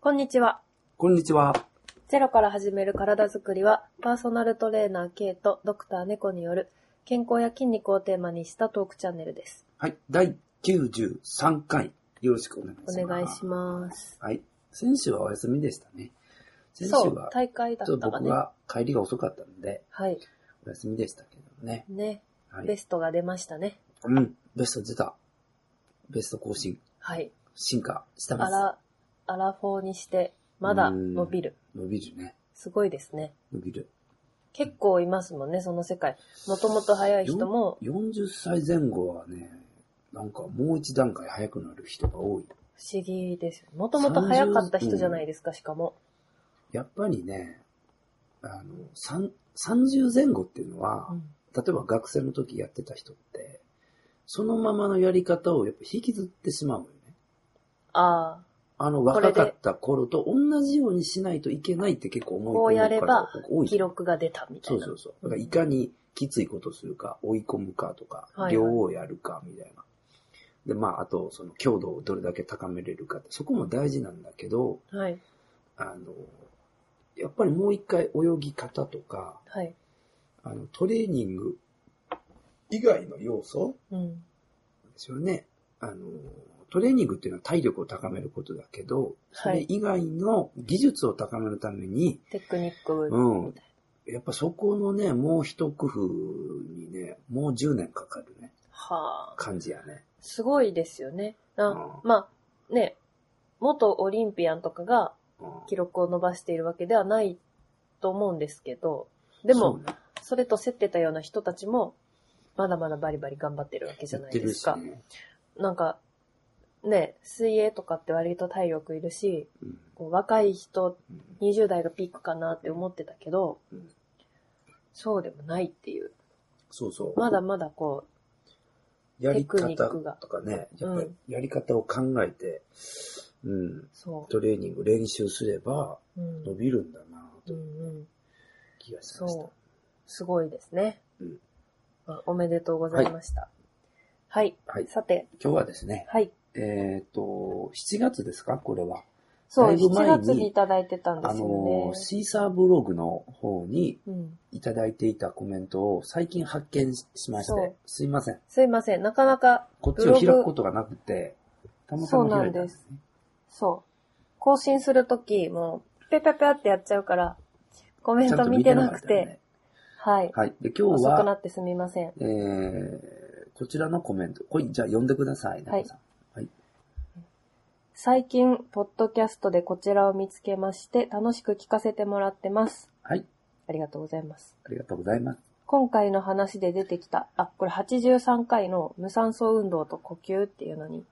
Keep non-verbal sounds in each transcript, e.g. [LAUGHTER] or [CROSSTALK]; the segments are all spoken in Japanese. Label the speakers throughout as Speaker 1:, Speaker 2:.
Speaker 1: こんにちは。
Speaker 2: こんにちは。
Speaker 1: ゼロから始める体づくりは、パーソナルトレーナー K とドクター猫による健康や筋肉をテーマにしたトークチャンネルです。
Speaker 2: はい。第93回、よろしくお願いし
Speaker 1: お
Speaker 2: ます。
Speaker 1: 願いします。
Speaker 2: はい。先週はお休みでしたね。先週
Speaker 1: そう
Speaker 2: は、、
Speaker 1: 大会だ
Speaker 2: ちょ
Speaker 1: っ
Speaker 2: っと
Speaker 1: たわ
Speaker 2: 僕
Speaker 1: ね。
Speaker 2: は帰りが遅かったので、
Speaker 1: はい。
Speaker 2: お休みでしたけどね。
Speaker 1: ね、
Speaker 2: は
Speaker 1: ベ
Speaker 2: い。
Speaker 1: ストが出ましたね。
Speaker 2: うん。ベスト出た。ベスト更新、
Speaker 1: はい。
Speaker 2: 進化した
Speaker 1: ア
Speaker 2: ます。
Speaker 1: ラ、アラフォーにして、まだ伸びる。
Speaker 2: 伸びるね。
Speaker 1: すごいですね。
Speaker 2: 伸びる。
Speaker 1: 結構いますもんね、その世界。もともと早い人も、
Speaker 2: 40歳前後はね、なんかもう一段階早くなる人が多い。
Speaker 1: 不思議ですよ。もともと早かった人じゃないですか、しかも。
Speaker 2: やっぱりね、あの、さん30前後っていうのは、例えば学生の時やってた人って、そのままのやり方をやっぱ引きずってしまうよね。
Speaker 1: ああ、
Speaker 2: あの
Speaker 1: これ
Speaker 2: 若
Speaker 1: で
Speaker 2: かった頃と同じようにしないといけないって結構思い込む
Speaker 1: こうやれば
Speaker 2: 方が多い
Speaker 1: 記録が出たみた
Speaker 2: そ
Speaker 1: いうな。
Speaker 2: そうそう。だからいかにきついことするか、追い込むかとか
Speaker 1: はいは、い
Speaker 2: 量をやるかみたいな。で、まあ、あと、その強度をどれだけ高めれるかって、そこも大事なんだけど、
Speaker 1: はい、
Speaker 2: あの、やっぱりもう一回泳ぎ方とか、
Speaker 1: はい。
Speaker 2: あの、トレーニング以外の要素
Speaker 1: うん。
Speaker 2: ですよね。あの、トレーニングっていうのは体力を高めることだけど、そ
Speaker 1: は
Speaker 2: れ
Speaker 1: い
Speaker 2: 以外の技術を高めるために、
Speaker 1: テクニック。
Speaker 2: うん。やっぱそこのね、もう一工夫にね、もう10年かかるね、
Speaker 1: はあ。
Speaker 2: 感じやね。
Speaker 1: すごいですよね。
Speaker 2: う
Speaker 1: な、
Speaker 2: ん
Speaker 1: まあ、ね、元オリンピアンとかが
Speaker 2: うん
Speaker 1: 記録を伸ばしているわけではないと思うんですけど、で
Speaker 2: そ
Speaker 1: も、
Speaker 2: うね
Speaker 1: それと競ってたような人たちも、まだまだバリバリ頑張ってるわけじゃないです
Speaker 2: やっ
Speaker 1: か
Speaker 2: て。るしね
Speaker 1: なんか、ね、水泳とかって割と体力いるし、
Speaker 2: うん
Speaker 1: こう若い人、
Speaker 2: うん
Speaker 1: 20代がピークかなって思ってたけど、
Speaker 2: うん
Speaker 1: そうでもないっていう。
Speaker 2: そうそう。
Speaker 1: まだまだこ
Speaker 2: やり
Speaker 1: テク
Speaker 2: 方
Speaker 1: ニックが
Speaker 2: とかね、や
Speaker 1: う
Speaker 2: っ
Speaker 1: ん
Speaker 2: ぱりやり方を考えて、うん、
Speaker 1: う、そ
Speaker 2: トレーニング練習すれば
Speaker 1: う。うん。
Speaker 2: 伸びるんだな
Speaker 1: う
Speaker 2: と
Speaker 1: ん
Speaker 2: いう
Speaker 1: うん。
Speaker 2: 気がしました
Speaker 1: そ。う。すごいですね。
Speaker 2: うん
Speaker 1: まあおめでとうございました。はい。
Speaker 2: はい
Speaker 1: さて、
Speaker 2: 今日はですね、
Speaker 1: はい。
Speaker 2: えっ、と、7月ですかこれは。
Speaker 1: そう、
Speaker 2: だいぶ
Speaker 1: 7
Speaker 2: 前に
Speaker 1: 月にいただいてたんで
Speaker 2: あ
Speaker 1: すよ
Speaker 2: の
Speaker 1: ね、。
Speaker 2: シーサーブログの方に
Speaker 1: うん。
Speaker 2: いただいていたコメントを最近発見しまし
Speaker 1: そう
Speaker 2: て、すいません。
Speaker 1: すいません。なかなか、
Speaker 2: こっちを開くことがなくて、たまたま開いた
Speaker 1: そうなんで。そう。更新するとき、もう、ペペペってやっちゃうから、コメン
Speaker 2: ちゃ
Speaker 1: ト
Speaker 2: んと
Speaker 1: 見
Speaker 2: 見
Speaker 1: て
Speaker 2: てな
Speaker 1: な
Speaker 2: かっ
Speaker 1: く
Speaker 2: たよ
Speaker 1: て、
Speaker 2: ね。
Speaker 1: はい。
Speaker 2: はい。で、今日
Speaker 1: 遅くな
Speaker 2: は、
Speaker 1: ってすみません。
Speaker 2: えー、こちらのコメント。これ、じゃあ読んでください、
Speaker 1: はい
Speaker 2: 中さん。
Speaker 1: 最近、ポッドキャストでこちらを見つけまして、楽しく聞かせてもらってます。
Speaker 2: はい。
Speaker 1: ありがとうございます。
Speaker 2: ありがとうございます。
Speaker 1: 今回の話で出てきた、あ、これ83回の無酸素運動と呼吸っていうのに、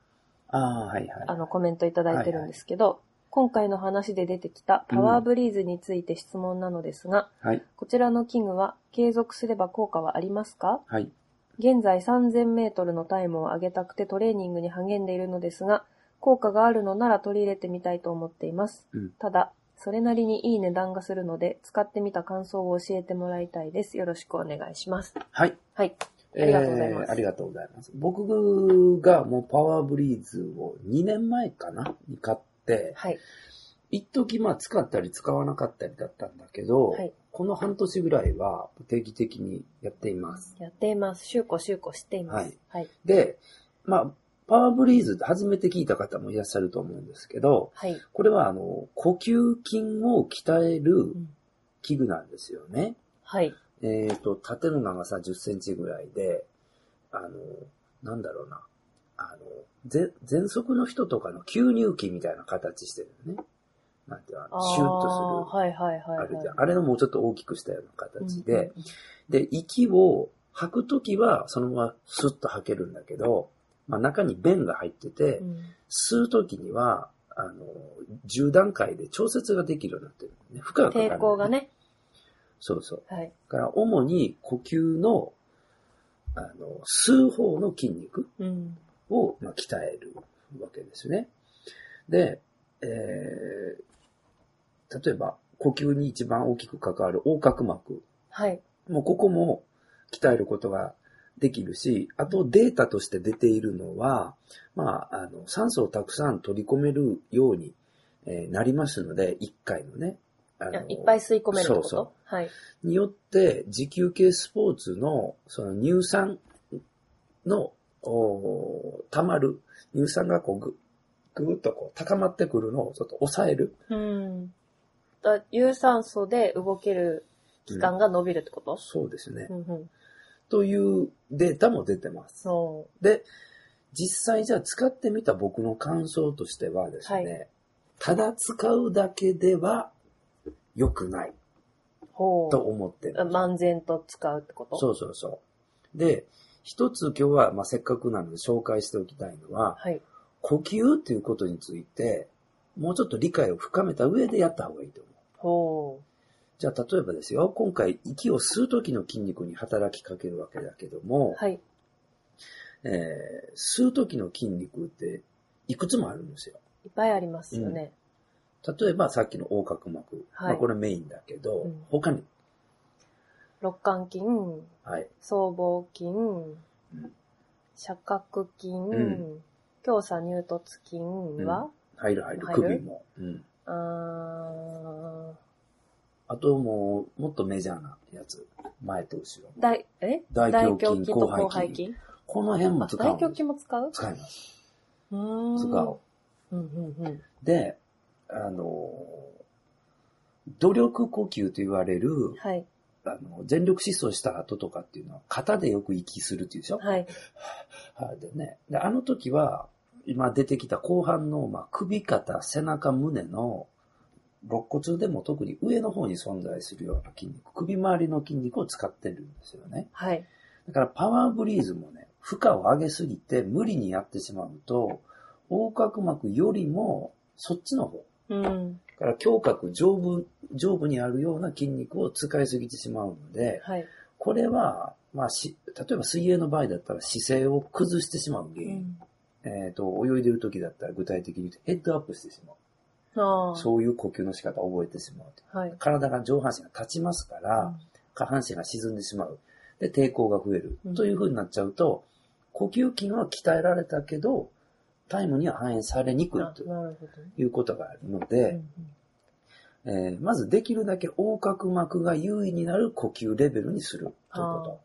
Speaker 2: ああ、はいはい。
Speaker 1: あの、コメントいただいてるんですけど、今回の話で出てきたパワーブリーズについて質問なのですが、
Speaker 2: はい。
Speaker 1: こちらの器具は継続すれば効果はありますか
Speaker 2: はい。
Speaker 1: 現在3000メートルのタイムを上げたくてトレーニングに励んでいるのですが、効果があるのなら取り入れてみたいと思っています。
Speaker 2: うん
Speaker 1: ただ、それなりにいい値段がするので、使ってみた感想を教えてもらいたいです。よろしくお願いします。
Speaker 2: はい。
Speaker 1: はい。
Speaker 2: えー
Speaker 1: ありがとうございます
Speaker 2: ありがとうございます。僕がもうパワーブリーズを2年前かなに買って、
Speaker 1: はい。
Speaker 2: 一時まあ使ったり使わなかったりだったんだけど、
Speaker 1: はい。
Speaker 2: この半年ぐらいは定期的にやっています。
Speaker 1: やっています。シューコ、シューコしています。はい。
Speaker 2: で、まあ、パワーブリーズって初めて聞いた方もいらっしゃると思うんですけど、
Speaker 1: はい。
Speaker 2: これはあの、呼吸筋を鍛える
Speaker 1: うん
Speaker 2: 器具なんですよね。
Speaker 1: はい。
Speaker 2: えっ、と、縦の長さ10センチぐらいで、あの、なんだろうな。あの、ぜ、喘息の人とかの吸入器みたいな形してるよね。なんていうの、シュッとする。
Speaker 1: あーはいはいはい、はい。
Speaker 2: あるじゃん。あれのもうちょっと大きくしたような形で、
Speaker 1: うんうん
Speaker 2: で、息を吐くときはそのままスッと吐けるんだけど、まあ、中に便が入ってて、
Speaker 1: うん、うん
Speaker 2: 吸うときには、あの、10段階で調節ができるようになってる、ね。負荷がかかる、
Speaker 1: 抵抗が。ね。
Speaker 2: そうそう。
Speaker 1: はい。
Speaker 2: だから、主に呼吸の、あの、吸う方の筋肉
Speaker 1: うん。
Speaker 2: を、まあ、鍛えるわけですね。で、えー、例えば、呼吸に一番大きく関わる横隔膜
Speaker 1: はい。
Speaker 2: もうここも鍛えることができるし、あとデータとして出ているのは、まあ、あの、酸素をたくさん取り込めるように、えーなりますので、1回のね。あの
Speaker 1: いっぱい吸い込めるってこと
Speaker 2: そうそ
Speaker 1: はい。
Speaker 2: によって、持久系スポーツの、その乳酸の、おー溜まる、乳酸がこうぐ、ぐーっとこう高まってくるのをちょっと抑える。
Speaker 1: うん。だ有酸素で動ける期間が伸びるってこと、
Speaker 2: そうですね。
Speaker 1: うん、うん。
Speaker 2: というデータも出てます。
Speaker 1: そ
Speaker 2: で、実際じゃあ使ってみた僕の感想としてはですね、
Speaker 1: は。
Speaker 2: ただ使うだけでは良くないう
Speaker 1: ほ
Speaker 2: と思ってる
Speaker 1: う。。漫然と使うってこと
Speaker 2: そうそうそう。で、一つ今日は、まあ、せっかくなので紹介しておきたいのは、
Speaker 1: はい。
Speaker 2: 呼吸っていうことについて、もうちょっと理解を深めた上でやった方がいいと思う。
Speaker 1: ほ
Speaker 2: じゃあ、例えばですよ、今回息を吸う時の筋肉に働きかけるわけだけど
Speaker 1: う。
Speaker 2: も、
Speaker 1: はい。
Speaker 2: えー吸う時の筋肉っていくつもあるんですよ。
Speaker 1: いっぱいありますよね。
Speaker 2: 例えばさっきの横隔膜。
Speaker 1: はい
Speaker 2: まあこれメインだけど、
Speaker 1: うん
Speaker 2: 他に、
Speaker 1: 肋間筋、
Speaker 2: はい、
Speaker 1: 僧帽筋、
Speaker 2: ん
Speaker 1: 尺角筋、
Speaker 2: ん
Speaker 1: 強鎖乳突筋は、
Speaker 2: 入る入る、
Speaker 1: 入る
Speaker 2: 首も。うん。
Speaker 1: あー
Speaker 2: あともう、もっとメジャーなやつ。前と後ろ。
Speaker 1: 大、え
Speaker 2: 大胸筋
Speaker 1: と
Speaker 2: 広
Speaker 1: 広
Speaker 2: 背
Speaker 1: 背
Speaker 2: 筋
Speaker 1: 筋。
Speaker 2: この辺も
Speaker 1: あ、
Speaker 2: 使
Speaker 1: 大
Speaker 2: う。
Speaker 1: 胸筋も使う
Speaker 2: 使います。
Speaker 1: うーん。
Speaker 2: 使う。
Speaker 1: うんうんうん。
Speaker 2: で、あのー、努力呼吸と言われる、
Speaker 1: はい。
Speaker 2: あの、全力疾走した後とかっていうのは、肩でよく息するっていうでしょ、
Speaker 1: はい。
Speaker 2: はい、でね。で、あの時は、今出てきた後半の、まあ、首肩、背中、胸の、肋骨でも特に上の方に存在するような筋肉、首周りの筋肉を使ってるんですよね。
Speaker 1: はい。
Speaker 2: だからパワーブリーズもね、負荷を上げすぎて無理にやってしまうと、横隔膜よりもそっちの方、
Speaker 1: うん。
Speaker 2: だから胸郭上部、上部にあるような筋肉を使いすぎてしまうので、
Speaker 1: はい。
Speaker 2: これは、まあし、例えば水泳の場合だったら姿勢を崩してしまう原
Speaker 1: う
Speaker 2: 因。
Speaker 1: ん。
Speaker 2: えっ、と、泳いでる時だったら具体的に言うとヘッドアップしてしまう。
Speaker 1: ああ。
Speaker 2: そういう呼吸の仕方を覚えてしまうと。
Speaker 1: はい。
Speaker 2: 体が上半身が立ちますから、下半身が沈んでしまう。で、抵抗が増える
Speaker 1: う。ん
Speaker 2: という風になっちゃうと、呼吸筋は鍛えられたけど、タイムには反映されに
Speaker 1: うん
Speaker 2: くい
Speaker 1: あ
Speaker 2: と
Speaker 1: なるほどね
Speaker 2: いうことがあるので、えーまずできるだけ横隔膜が優位になる呼吸レベルにするというこ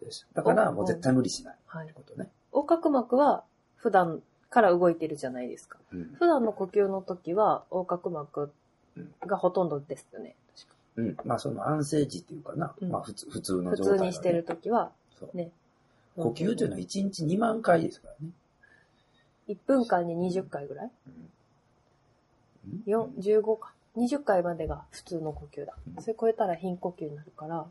Speaker 2: とです。だから、もう絶対無理しない
Speaker 1: はい
Speaker 2: という。ことね。
Speaker 1: 横隔膜は普段から動いてるじゃないですか。
Speaker 2: うん
Speaker 1: 普段の呼吸の時は横隔膜がほとんどですよね。
Speaker 2: うん。まあ、その安静時っていうかな。
Speaker 1: うん
Speaker 2: まあ、普通、普通の
Speaker 1: 普
Speaker 2: 状態、ね。
Speaker 1: 通にしてる時は。
Speaker 2: そう。
Speaker 1: ね。
Speaker 2: 呼吸というのは1日2万回ですからね。
Speaker 1: 1分間に20回ぐらい
Speaker 2: うん
Speaker 1: よん ?15 か。20回までが普通の呼吸だ
Speaker 2: う。ん
Speaker 1: それ超えたら貧呼吸になるから、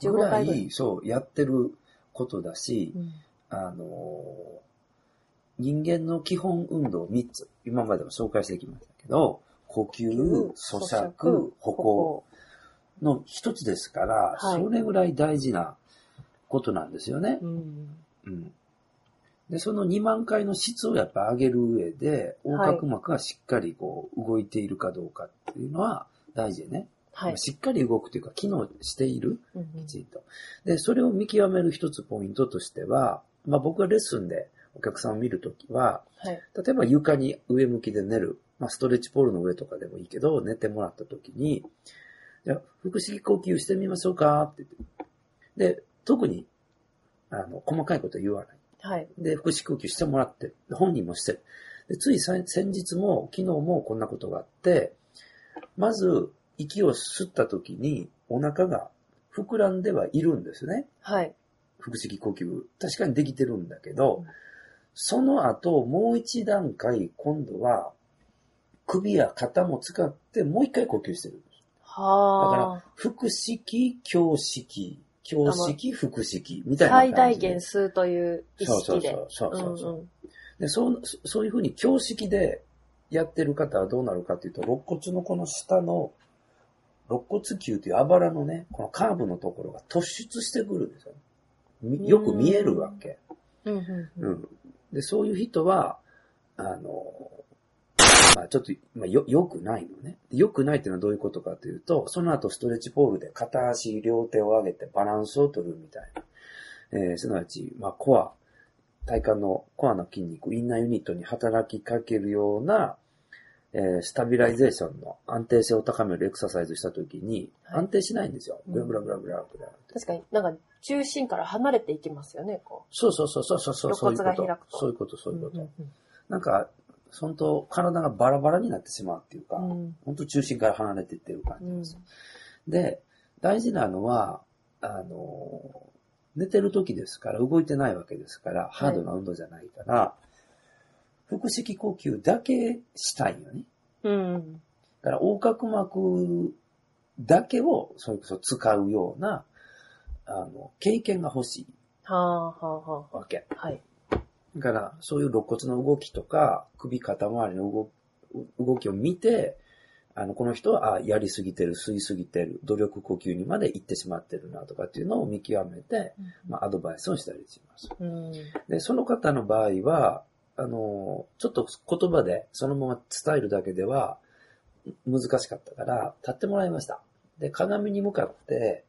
Speaker 2: ぐ
Speaker 1: 15
Speaker 2: ら
Speaker 1: 回ぐらい。
Speaker 2: い、そう、やってることだし
Speaker 1: う、ん
Speaker 2: あのー人間の基本運動3つ、今までも紹介してきましたけど、呼吸、咀嚼、歩行の一つですから、
Speaker 1: はい
Speaker 2: それぐらい大事なことなんですよね。
Speaker 1: うん。
Speaker 2: うん。で、その2万回の質をやっぱ上げる上で、横隔膜がしっかりこう動いているかどうかっていうのは大事でね。
Speaker 1: はい。
Speaker 2: しっかり動くというか、機能している、
Speaker 1: うんうん
Speaker 2: きちんと。で、それを見極める一つポイントとしては、まあ僕はレッスンでお客さんを見るときは、
Speaker 1: はい。
Speaker 2: 例えば床に上向きで寝る、まあストレッチポールの上とかでもいいけど、寝てもらったときに、じゃあ腹式呼吸してみましょうかって言って。で、特に、あの、細かいことは言わない。
Speaker 1: はい。
Speaker 2: で、腹式呼吸してもらってる。で本人もしてる。で、ついさ先日も、昨日もこんなことがあって、まず、息を吸った時に、お腹が膨らんではいるんですね。
Speaker 1: はい。
Speaker 2: 腹式呼吸。確かにできてるんだけど
Speaker 1: うん、
Speaker 2: その後、もう一段階、今度は、首や肩も使って、もう一回呼吸してる。
Speaker 1: はあ。
Speaker 2: 腹式、胸式、胸式、腹式、みたいな感
Speaker 1: 最
Speaker 2: じで。
Speaker 1: 大限吸うという意識で。
Speaker 2: そうそうそうそうそうそう。
Speaker 1: うんうん
Speaker 2: で、そう、そそういうふうに強式でやってる方はどうなるかっていうと、肋骨のこの下の、肋骨球というあばらのね、このカーブのところが突出してくるんですよ。みよく見えるわけ。
Speaker 1: うんうん
Speaker 2: う
Speaker 1: うん
Speaker 2: ん。で、そういう人は、あの、まあちょっと、まあよ、良くないのね。良くないっていうのはどういうことかというと、その後ストレッチポールで片足、両手を上げてバランスを取るみたいな。えー、すなわち、まあコア、体幹のコアの筋肉、インナーユニットに働きかけるような、えースタビライゼーションの安定性を高めるエクササイズしたときに、
Speaker 1: はい
Speaker 2: 安定しないんですよ。
Speaker 1: うん
Speaker 2: ブラブラブラブラブラ。
Speaker 1: 確かになんか中心から離れていきますよね、こ
Speaker 2: そうそうそうそうそうそう。そういう
Speaker 1: 肋骨が開く。
Speaker 2: ことと。そういうこと、そうういうこと。
Speaker 1: んうん
Speaker 2: なんか、本当体がバラバラになってしまうっていうか、
Speaker 1: うん
Speaker 2: 本当中心から離れていってる感
Speaker 1: う
Speaker 2: じ
Speaker 1: ん
Speaker 2: ですよ。で、大事なのは、あの、寝てる時ですから、動いてないわけですから、ハードな運動じゃないから、腹式呼吸だけしたいよね。
Speaker 1: うん。
Speaker 2: だから、横隔膜だけを、それこそ使うような、あの、経験が欲しい
Speaker 1: はあ、はあ、は
Speaker 2: わけ。
Speaker 1: あ。はい。
Speaker 2: だから、そういう肋骨の動きとか、首肩周りの動き動きを見て、あの、この人は、あやりすぎてる、吸いすぎてる、努力呼吸にまで行ってしまってるなとかっていうのを見極めて、まあ、アドバイスをしたりします。
Speaker 1: うん。
Speaker 2: で、その方の場合は、あの、ちょっと言葉でそのまま伝えるだけでは難しかったから、立ってもらいました。で、鏡に向かって、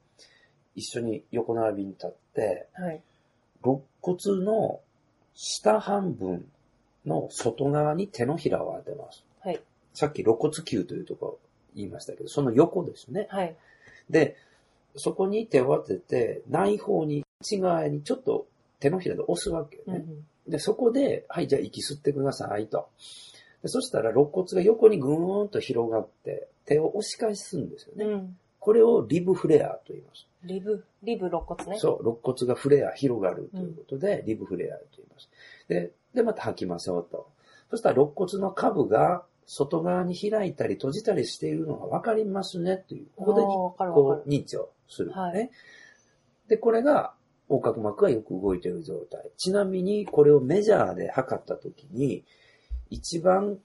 Speaker 2: 一緒に横並びに立って、
Speaker 1: はい。
Speaker 2: 肋骨の下半分の外側に手のひらを当てます。
Speaker 1: はい。
Speaker 2: さっき肋骨球というところ言いましたけど、その横ですね。
Speaker 1: はい。
Speaker 2: で、そこに手を当てて、内方に、内側にちょっと手のひらで押すわけよ
Speaker 1: うんう
Speaker 2: ね。
Speaker 1: ん
Speaker 2: で、そこで、はい、じゃあ息吸ってくださいと。でそしたら肋骨が横にぐーんと広がって、手を押し返すんですよね。
Speaker 1: うん。
Speaker 2: これをリブフレアと言います。
Speaker 1: リブ、リブ肋骨ね。
Speaker 2: そう、肋骨がフレア、広がるということで、リブフレアと言います。で、で、また吐きましょうと。そしたら肋骨の下部が外側に開いたり閉じたりしているのがわかりますねという、ここで
Speaker 1: あーわかるわか
Speaker 2: こ
Speaker 1: る
Speaker 2: う。認知をする、ね
Speaker 1: はい
Speaker 2: で、これが横隔膜がよく動いている状態。ちなみにこれをメジャーで測った時に、一番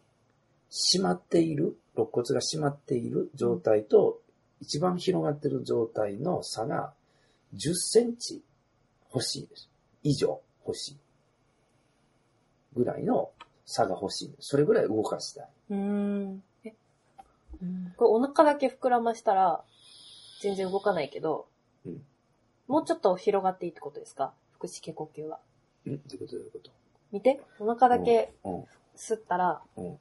Speaker 2: 締まっている、肋骨が締まっている状態と、一番広がっている状態の差が10センチ欲しいです。以上欲しい。ぐらいの差が欲しい。それぐらい動かしたい。
Speaker 1: うーん。え、うんこれお腹だけ膨らましたら、全然動かないけど、
Speaker 2: うん
Speaker 1: もうちょっと広がっていいってことですか腹式呼吸は。
Speaker 2: んってことどういうこと
Speaker 1: 見て、お腹だけ
Speaker 2: うん
Speaker 1: 吸ったら、
Speaker 2: うん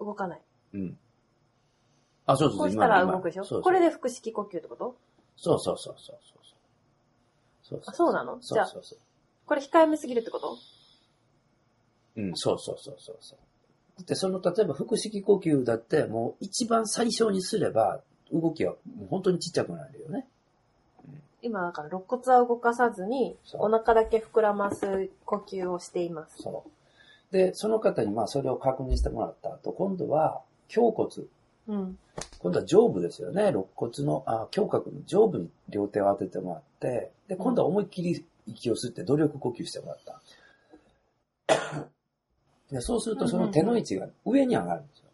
Speaker 1: 動かない。
Speaker 2: うん。あ、そうそう
Speaker 1: こ
Speaker 2: そう
Speaker 1: したら動く
Speaker 2: 今
Speaker 1: でしょ
Speaker 2: そうそう
Speaker 1: これで腹式呼吸ってこと
Speaker 2: そうそうそうそうそう。そう
Speaker 1: あ、そうなの
Speaker 2: そう
Speaker 1: じゃあ
Speaker 2: そ、うそう。
Speaker 1: これ控えめすぎるってこと
Speaker 2: うん、そうそうそうそうそう。だってその、例えば腹式呼吸だって、もう一番最小にすれば、動きはもう本当にちっちゃくなるよね。
Speaker 1: 今だから肋骨は動かさずに、
Speaker 2: そう
Speaker 1: お腹だけ膨らます呼吸をしています。
Speaker 2: そう。で、その方にまあそれを確認してもらった後、今度は、胸骨。
Speaker 1: うん。
Speaker 2: 今度は上部ですよね。肋骨の、あ、胸郭の上部に両手を当ててもらって、で、今度は思いっきり息を吸って努力呼吸してもらった。
Speaker 1: [COUGHS]
Speaker 2: でそうするとその手の位置が上に上がるんですよ。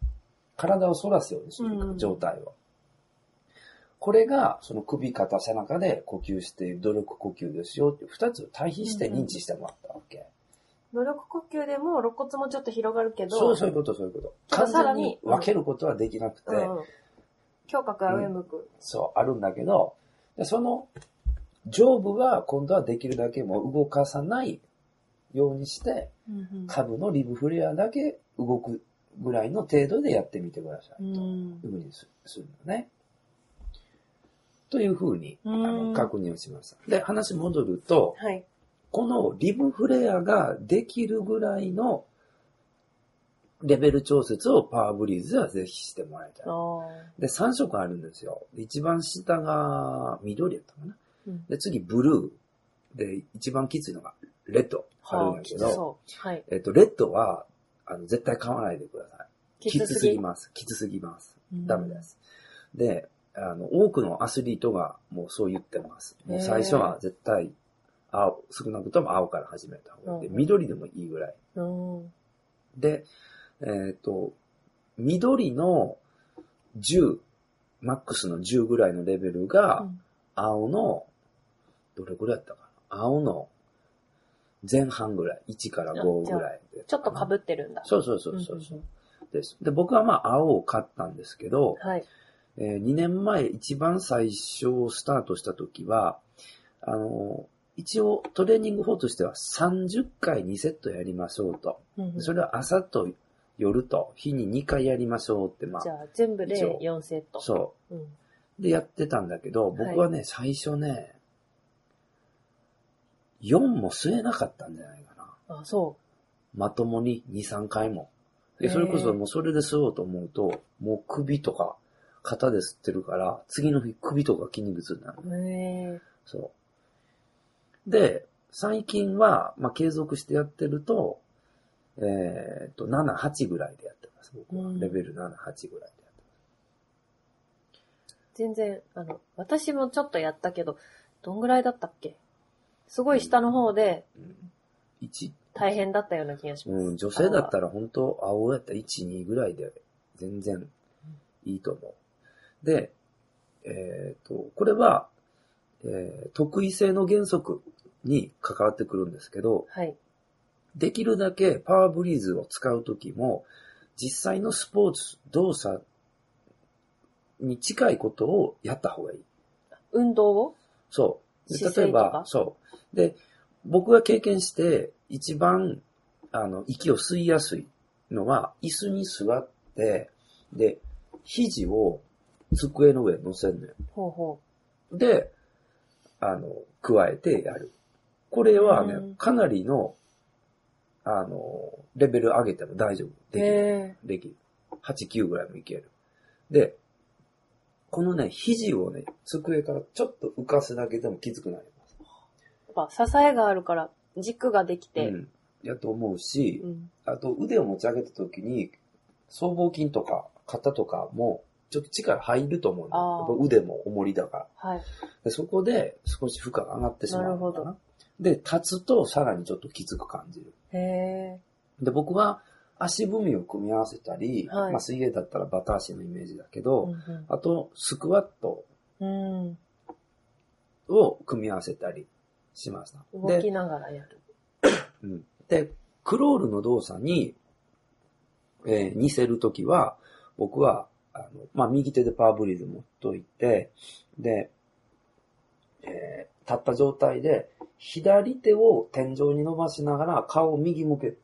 Speaker 2: 体を反らすようにするか
Speaker 1: うん
Speaker 2: 状態を。これが、その首、肩、背中で呼吸している努力呼吸ですよっていう二つを対比して認知してもらったわけ。
Speaker 1: 努力呼吸でも肋骨もちょっと広がるけど、
Speaker 2: そう、そういうこと、そういうこと。
Speaker 1: ちょっ
Speaker 2: 完
Speaker 1: とさら
Speaker 2: 全
Speaker 1: に
Speaker 2: に分けることはできなくて、
Speaker 1: うんうん、胸郭が上向く。
Speaker 2: そう、あるんだけど、でその上部は今度はできるだけもう動かさないようにして、
Speaker 1: うん
Speaker 2: 下部のリブフレアだけ動くぐらいの程度でやってみてくださ
Speaker 1: う
Speaker 2: い
Speaker 1: ん
Speaker 2: と。いうふうにすするのね。というふうに、あ
Speaker 1: うん
Speaker 2: の、確認をしました。で、話戻ると、
Speaker 1: はい。
Speaker 2: このリブフレアができるぐらいのレベル調節をパワーブリーズではぜひしてもらいたい
Speaker 1: あ。ー
Speaker 2: で、3色あるんですよ。で一番下が緑やったかな。
Speaker 1: うん
Speaker 2: で、次、ブルー。で、一番きついのが、レッド。あるん
Speaker 1: は
Speaker 2: や
Speaker 1: あ、
Speaker 2: け
Speaker 1: きつ
Speaker 2: ど、
Speaker 1: そう。はい。
Speaker 2: えっと、レッドは、あの、絶対買わないでください。きつすぎ
Speaker 1: ま
Speaker 2: ます。きつすぎます。
Speaker 1: す
Speaker 2: ダメで。す。で、あの、多くのアスリートがもうそう言ってます。も
Speaker 1: へ
Speaker 2: う
Speaker 1: ー
Speaker 2: 最初は絶対、青、少なくとも青から始めた方がいい。
Speaker 1: うん
Speaker 2: で緑でもいいぐらい。
Speaker 1: うん。うん
Speaker 2: で、えっ、と、緑の10、マックスの10ぐらいのレベルが、青の、どれぐらいやったかな青の前半ぐらい、1から5ぐらいで。
Speaker 1: ちょっと被ってるんだ。
Speaker 2: そうそうそうそう
Speaker 1: うんうん
Speaker 2: です。で、僕はまあ青を買ったんですけど、
Speaker 1: はい。
Speaker 2: え2年前一番最初スタートした時は、あの、一応トレーニング法としては30回2セットやりましょうと。
Speaker 1: うんうん
Speaker 2: それは朝と夜と日に2回やりましょうって、ま
Speaker 1: じゃ
Speaker 2: あ、
Speaker 1: あ、全部
Speaker 2: 一
Speaker 1: で
Speaker 2: 応
Speaker 1: 4セット。
Speaker 2: そ
Speaker 1: うん。
Speaker 2: う。でやってたんだけど、僕はね、最初ね、4も吸えなかったんじゃないかな。
Speaker 1: あ、そ
Speaker 2: まともに2、3回も。
Speaker 1: へ
Speaker 2: で、
Speaker 1: ー
Speaker 2: それこそもうそれで吸おうと思うと、もう首とか肩で吸ってるから、次の日首とか筋肉痛になる。
Speaker 1: う。へえ。
Speaker 2: そう。で、最近は、まあ、継続してやってると、えっと、7、8ぐらいでやってます。僕は
Speaker 1: うん
Speaker 2: レベル7、8ぐらいでやってます。
Speaker 1: 全然、あの、私もちょっとやったけど、どんぐらいだったっけすごい下の方で
Speaker 2: うん一
Speaker 1: 大変だったような気がします。
Speaker 2: うん、女性だったら本当、青やったら1、2ぐらいで全然いいと思う。で、えっ、と、これは、えー得意性の原則に関わってくるんですけど、
Speaker 1: はい。
Speaker 2: できるだけパワーブリーズを使うときも、実際のスポーツ、動作に近いことをやった方がいい。
Speaker 1: 運動を
Speaker 2: そう。
Speaker 1: 姿勢
Speaker 2: で例え
Speaker 1: とか
Speaker 2: ば、そう。で、僕が経験して、一番、あの、息を吸いやすいのは、椅子に座って、で、肘を机の上に乗せるのよ。
Speaker 1: ほうほ
Speaker 2: で、あの、加えてやる。これはね、
Speaker 1: うん
Speaker 2: かなりの、あの、レベル上げても大丈夫。
Speaker 1: う。
Speaker 2: できる。
Speaker 1: へえ。
Speaker 2: できる。8、9ぐらいもいける。で、このね、肘をね、机からちょっと浮かすだけでもきつくなります。
Speaker 1: やっぱ支えがあるから、軸ができて、
Speaker 2: うん。やと思うし
Speaker 1: う、ん
Speaker 2: あと腕を持ち上げた時に、僧帽筋とか肩とかも、ちょっと力入ると思うね。
Speaker 1: あー
Speaker 2: やっぱ腕も重りだから。
Speaker 1: はい。
Speaker 2: でそこで少し負荷が上がってしまうのかな。
Speaker 1: なる
Speaker 2: で、立つとさらにちょっときつく感じる。
Speaker 1: へえ。
Speaker 2: で、僕は足踏みを組み合わせたり、
Speaker 1: はい
Speaker 2: まあ水泳だったらバタ足のイメージだけど、
Speaker 1: うん
Speaker 2: あとスクワット
Speaker 1: うんうん。
Speaker 2: を組み合わせたりしました。
Speaker 1: 動き
Speaker 2: で、
Speaker 1: ながらやる。
Speaker 2: うんでクロールの動作に、えー似せるときは、僕は、あの、まあ、右手でパワーブリーズ持っといて、で、えー立った状態で、左手を天井に伸ばしながら顔を右向ける。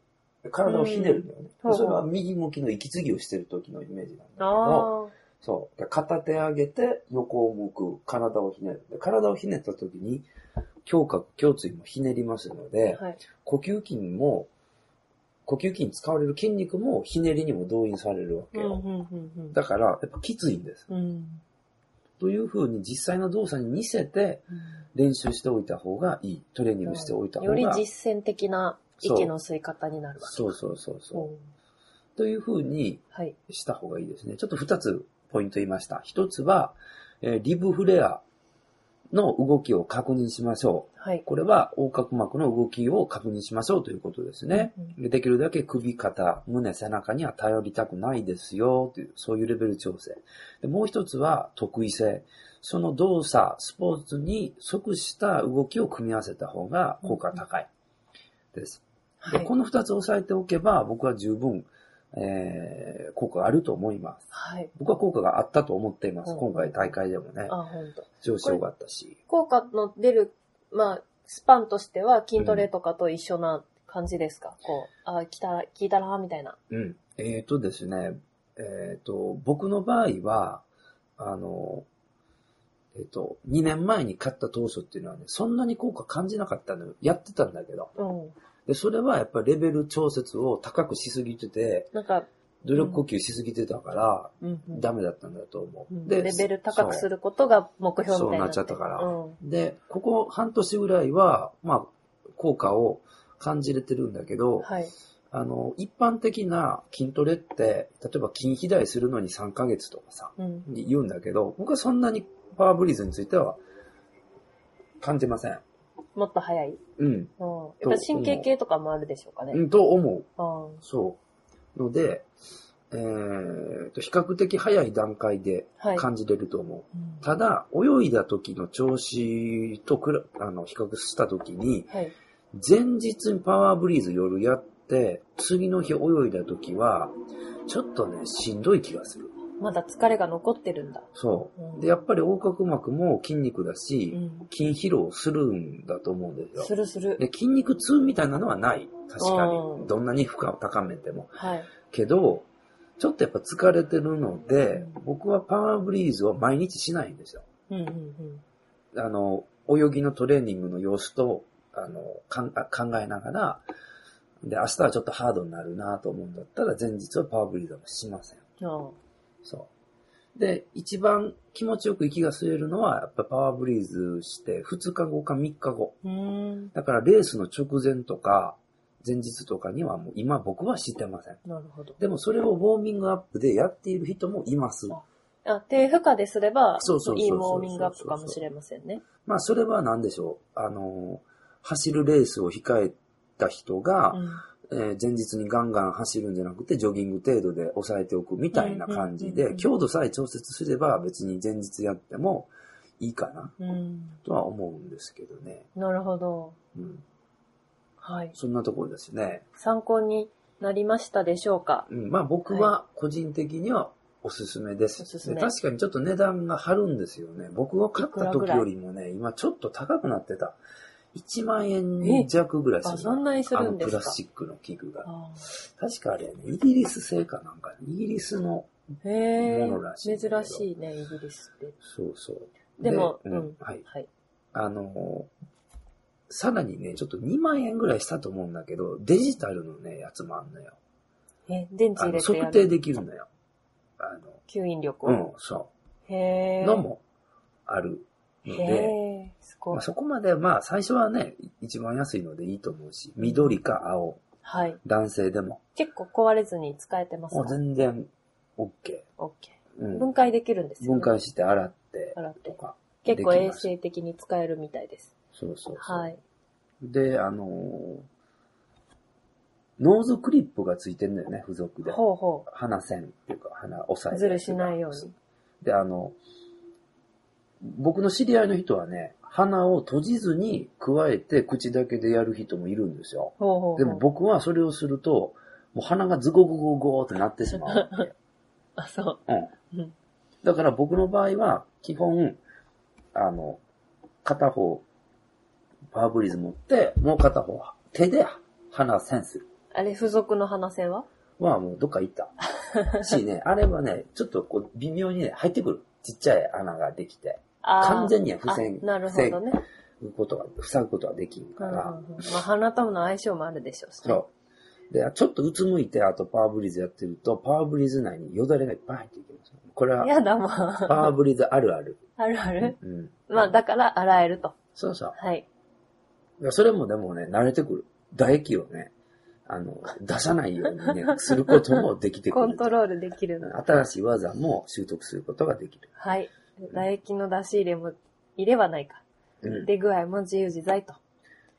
Speaker 2: 体をひねるんだよね。
Speaker 1: うん
Speaker 2: それは右向きの息継ぎをしてる時のイメージなんだけ
Speaker 1: あ
Speaker 2: ど、
Speaker 1: あ。
Speaker 2: そう。片手上げて、横を向く、体をひねる。で体をひねった時に、胸郭、胸椎もひねりますので、
Speaker 1: はい。
Speaker 2: 呼吸筋も、呼吸筋に使われる筋肉もひねりにも動員されるわけ
Speaker 1: うん
Speaker 2: よ。
Speaker 1: うんうん
Speaker 2: だから、やっぱきついんです。
Speaker 1: うん。うん。
Speaker 2: という風に実際の動作に似せて練習しておいた方がいい。トレーニングしておいた方
Speaker 1: よ
Speaker 2: が
Speaker 1: り実践的な息の吸い方になるわけ。
Speaker 2: そうそうそうそう。
Speaker 1: うん
Speaker 2: という風に
Speaker 1: はい。
Speaker 2: した方がいいですね。ちょっと二つポイント言いました。一つは、えーリブフレアの動きを確認しましょ
Speaker 1: はい。
Speaker 2: う。これは横隔膜の動きを確認しましょうということですね。でできるだけ首、肩、胸、背中には頼りたくないですよという、そういうレベル調整。でもう一つは得意性。その動作、スポーツに即した動きを組み合わせた方が効果高いです。
Speaker 1: は
Speaker 2: で
Speaker 1: い。
Speaker 2: この二つ押さえておけば、僕は十分、えー、効果があると思います。
Speaker 1: はい。
Speaker 2: 僕は効果があったと思っています。
Speaker 1: うん
Speaker 2: 今回大会でもね、
Speaker 1: あ、本当。
Speaker 2: 調子良かったし。
Speaker 1: 効果の出る、まあ、スパンとしては筋トレとかと一緒な感じですか、こう、あ、来たら、聞いたな、みたいな。
Speaker 2: うん。えっ、とですね、えっ、と、僕の場合は、あの、えっ、と、2年前に買った当初っていうのはね、そんなに効果感じなかったのよ。やってたんだけど。
Speaker 1: うん。
Speaker 2: で、それはやっぱりレベル調節を高くしすぎてて、
Speaker 1: なんか、
Speaker 2: 努力呼吸しすぎてたから、
Speaker 1: うんうん
Speaker 2: ダメだったんだと思う。
Speaker 1: うん
Speaker 2: で
Speaker 1: レベル高く
Speaker 2: そう
Speaker 1: することが目標みたいに
Speaker 2: そうなっちゃったから
Speaker 1: うん。
Speaker 2: で、ここ半年ぐらいは、まあ、効果を感じれてるんだけど、
Speaker 1: はい。
Speaker 2: あの、一般的な筋トレって、例えば筋肥大するのに3ヶ月とかさ、
Speaker 1: うん。
Speaker 2: 言うんだけど、僕はそんなにパワーブリーズについては感じません。
Speaker 1: もっと早い。
Speaker 2: うん。
Speaker 1: うん。やっぱ神経系とかもあるでしょうかね。
Speaker 2: うんと思う。
Speaker 1: うん。
Speaker 2: そう。ので、えー、と、比較的早い段階で
Speaker 1: はい。
Speaker 2: 感じれると思う。
Speaker 1: うん
Speaker 2: ただ、泳いだ時の調子とくらあの比較した時に、
Speaker 1: はい。
Speaker 2: 前日にパワーブリーズ夜やって、次の日泳いだ時は、ちょっとね、しんどい気がする。
Speaker 1: まだ疲れが残ってるんだ。
Speaker 2: そう。で、やっぱり横隔膜も筋肉だし、
Speaker 1: うん。
Speaker 2: 筋疲労するんだと思うんです
Speaker 1: す
Speaker 2: よ。
Speaker 1: るする。
Speaker 2: で、筋肉痛みたいなのはない。確か
Speaker 1: う
Speaker 2: に。
Speaker 1: ん
Speaker 2: どんなに負荷を高めても。
Speaker 1: はい。
Speaker 2: けど、ちょっとやっぱ疲れてるので
Speaker 1: うん、
Speaker 2: 僕はパワーブリーズを毎日しないんですよ。
Speaker 1: うんうん
Speaker 2: あの、泳ぎのトレーニングの様子と、あの、かんあ考えながら、で、明日はちょっとハードになるなと思うんだったら、前日はパワーブリーズはしません。
Speaker 1: うん。あ
Speaker 2: そう。で、一番気持ちよく息が吸えるのは、やっぱパワーブリーズして、2日後か3日後。
Speaker 1: あ。うーん。
Speaker 2: だからレースの直前とか、前日とかにはもう今僕は知ってません。
Speaker 1: なるほど。
Speaker 2: でもそれをウォーミングアップでやっている人もいます。
Speaker 1: あ、低負荷ですれば、
Speaker 2: そうそうそうそう
Speaker 1: いいモーミングアップかもしれませんね。
Speaker 2: まあそれは何でしょう。あの、走るレースを控えた人が、
Speaker 1: うん。
Speaker 2: えー前日にガンガン走るんじゃなくて、ジョギング程度で抑えておくみたいな感じ
Speaker 1: うんうんうん
Speaker 2: で
Speaker 1: う、ん
Speaker 2: 強度さえ調節すれば別に前日やってもいいかな
Speaker 1: うん。
Speaker 2: とは思うんですけどね。
Speaker 1: なるほど。
Speaker 2: うん。
Speaker 1: はい。
Speaker 2: そんなところですね。
Speaker 1: 参考になりましたでしょうか
Speaker 2: うん、まあ僕は個人的にはおすすめです。
Speaker 1: おすすめ
Speaker 2: で確かにちょっと値段が張るんですよね。僕が買った時よりもね、今ちょっと高くなってた。1万円弱ぐらいす
Speaker 1: あ、
Speaker 2: る。
Speaker 1: そんなにす
Speaker 2: あ
Speaker 1: る
Speaker 2: の
Speaker 1: んで
Speaker 2: プ
Speaker 1: す
Speaker 2: ラ
Speaker 1: か
Speaker 2: スチックの器具が。
Speaker 1: あ
Speaker 2: 確かあれやね、イギリス製かなんかね、イギリスの、
Speaker 1: ーへえ
Speaker 2: ものらしいんだけど
Speaker 1: 珍しいね、イギリスって。
Speaker 2: そうそう。
Speaker 1: でも
Speaker 2: う
Speaker 1: うんん、
Speaker 2: はい。
Speaker 1: はい。
Speaker 2: あの、さらにね、ちょっと2万円ぐらいしたと思うんだけど、デジタルのね、やつもあんのよ。
Speaker 1: え、電池
Speaker 2: あ
Speaker 1: 入
Speaker 2: の
Speaker 1: れてや
Speaker 2: 測定
Speaker 1: る。
Speaker 2: できるのよ。あの、
Speaker 1: 吸引力を。
Speaker 2: うん、そ
Speaker 1: へ
Speaker 2: う。
Speaker 1: え。
Speaker 2: のもあるの
Speaker 1: へ
Speaker 2: で、
Speaker 1: え。すご
Speaker 2: まあ、
Speaker 1: い。
Speaker 2: そこまで、まあ最初はね、一番安いのでいいと思うし、緑か青、
Speaker 1: はい。
Speaker 2: 男性でも、
Speaker 1: 結構壊れずに使えてます
Speaker 2: も
Speaker 1: か
Speaker 2: う全然 OK。
Speaker 1: オッケ
Speaker 2: う
Speaker 1: ー。
Speaker 2: ん
Speaker 1: 分。解できるんですよね。
Speaker 2: 分解して洗って
Speaker 1: 洗っ
Speaker 2: と
Speaker 1: て。
Speaker 2: か。
Speaker 1: 結構
Speaker 2: でき
Speaker 1: 衛
Speaker 2: ます
Speaker 1: 生的に使えるみたいです。
Speaker 2: そうそうそう。
Speaker 1: はい。
Speaker 2: で、あのーノーズクリップがついてんだよね、付属で。
Speaker 1: ほうほ
Speaker 2: 鼻線っていうか、鼻押さ
Speaker 1: う。
Speaker 2: え
Speaker 1: ずるしないように。。
Speaker 2: で、あの、僕の知り合いの人はね、鼻を閉じずに加えて口だけでやる人もいるんですよ。
Speaker 1: ほうほうほう。
Speaker 2: でも僕はそれをすると、もう鼻がズゴゴゴゴーってなってしまうわ
Speaker 1: [LAUGHS]
Speaker 2: け。
Speaker 1: あ、そう。
Speaker 2: うん
Speaker 1: うん
Speaker 2: だから僕の場合は、基本、あの、片方、パワーブリーズ持って、もう片方は手で鼻センス
Speaker 1: あれ、付属の鼻線は
Speaker 2: はもうどっか行った。
Speaker 1: [LAUGHS]
Speaker 2: しね、あれはね、ちょっとこう微妙にね、入ってくる。ちっちゃい穴ができて、
Speaker 1: あー
Speaker 2: 完全には不
Speaker 1: あなるほどね。
Speaker 2: うことは、塞ぐことはできん
Speaker 1: う
Speaker 2: か
Speaker 1: んうんうん
Speaker 2: ら、
Speaker 1: まあ、鼻との相性もあるでしょうしね。
Speaker 2: そう。で、ちょっとうつむいて、あとパワーブリーズやってると、パワーブリーズ内によだれがいっぱい入っていきます。これは、
Speaker 1: やだもん。
Speaker 2: パワーブリーズあるある。
Speaker 1: あるある。
Speaker 2: うん。
Speaker 1: まあ、だから、洗えると。
Speaker 2: そうそう。
Speaker 1: はい。
Speaker 2: いやそれもでもね、慣れてくる。唾液をね、あの、出さないようにね、
Speaker 1: [LAUGHS]
Speaker 2: することもできてく
Speaker 1: コ
Speaker 2: る。
Speaker 1: ントロールできるの。
Speaker 2: 新しい技も習得することができる。
Speaker 1: はい。唾液の出し入れも、入れはないか。
Speaker 2: う
Speaker 1: 出具合も自由自在と。
Speaker 2: ん。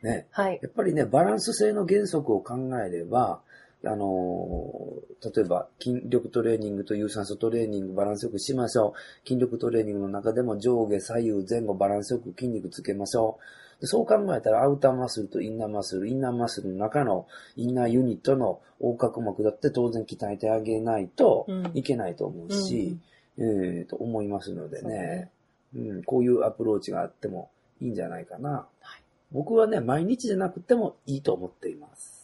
Speaker 2: ね。
Speaker 1: はい。
Speaker 2: やっぱりね、バランス性の原則を考えれば、あのー例えば筋力トレーニングと有酸素トレーニングバランスよくしましょう。筋力トレーニングの中でも上下左右前後バランスよく筋肉つけましょう。でそう考えたらアウターマッスルとインナーマッスル、インナーマッスルの中のインナーユニットの横隔膜だって当然鍛えてあげないと
Speaker 1: うん
Speaker 2: いけないと思うし、えーと思いますので
Speaker 1: そうだ
Speaker 2: ね
Speaker 1: ね
Speaker 2: うん、こういうアプローチがあってもいいんじゃないかな。僕はね、毎日じゃなくてもいいと思っています。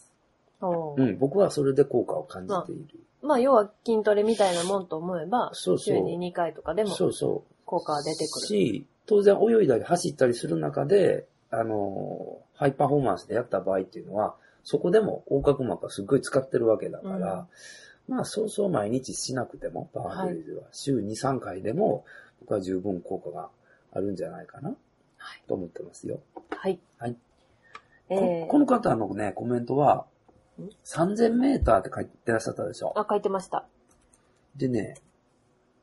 Speaker 1: おー
Speaker 2: うん、僕はそれで効果を感じている。
Speaker 1: まあ、要は筋トレみたいなもんと思えば、
Speaker 2: そうそう
Speaker 1: 週に2回とかでも
Speaker 2: そうそう。
Speaker 1: 効果は出てくる。
Speaker 2: し、当然泳いだり走ったりする中で、あのー、ハイパフォーマンスでやった場合っていうのは、そこでも横隔膜がすっごい使ってるわけだから、まあそうそう毎日しなくても、パワーブリーズは、週2、3回でも、僕は十分効果があるんじゃないかな、
Speaker 1: はい
Speaker 2: と思ってますよ。
Speaker 1: はい。
Speaker 2: はい。
Speaker 1: え
Speaker 2: こ
Speaker 1: ー、
Speaker 2: この方のね、コメントは
Speaker 1: ん、
Speaker 2: 3000メーターって書いてらっしゃったでしょ。
Speaker 1: あ、書いてました。
Speaker 2: でね、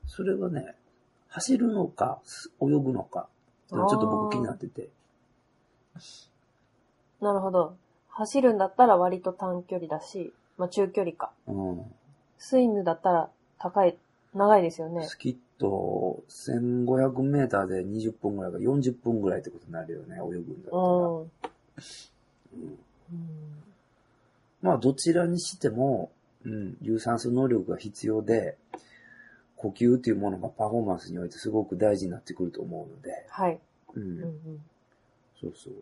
Speaker 2: それはね、走るのか、す泳ぐのか、ちょっと僕気になってて。
Speaker 1: なるほど。走るんだったら割と短距離だし、まあ中距離か。
Speaker 2: うん。
Speaker 1: スイムだったら高い、長いですよね。
Speaker 2: スキット、1500メーターで20分ぐらいか40分ぐらいってことになるよね、泳ぐんだったら。
Speaker 1: うん。
Speaker 2: うん
Speaker 1: うん
Speaker 2: まあ、どちらにしても、うん、有酸素能力が必要で、呼吸っていうものがパフォーマンスにおいてすごく大事になってくると思うので、
Speaker 1: はい。
Speaker 2: う
Speaker 1: うんん、うん。
Speaker 2: そうそう。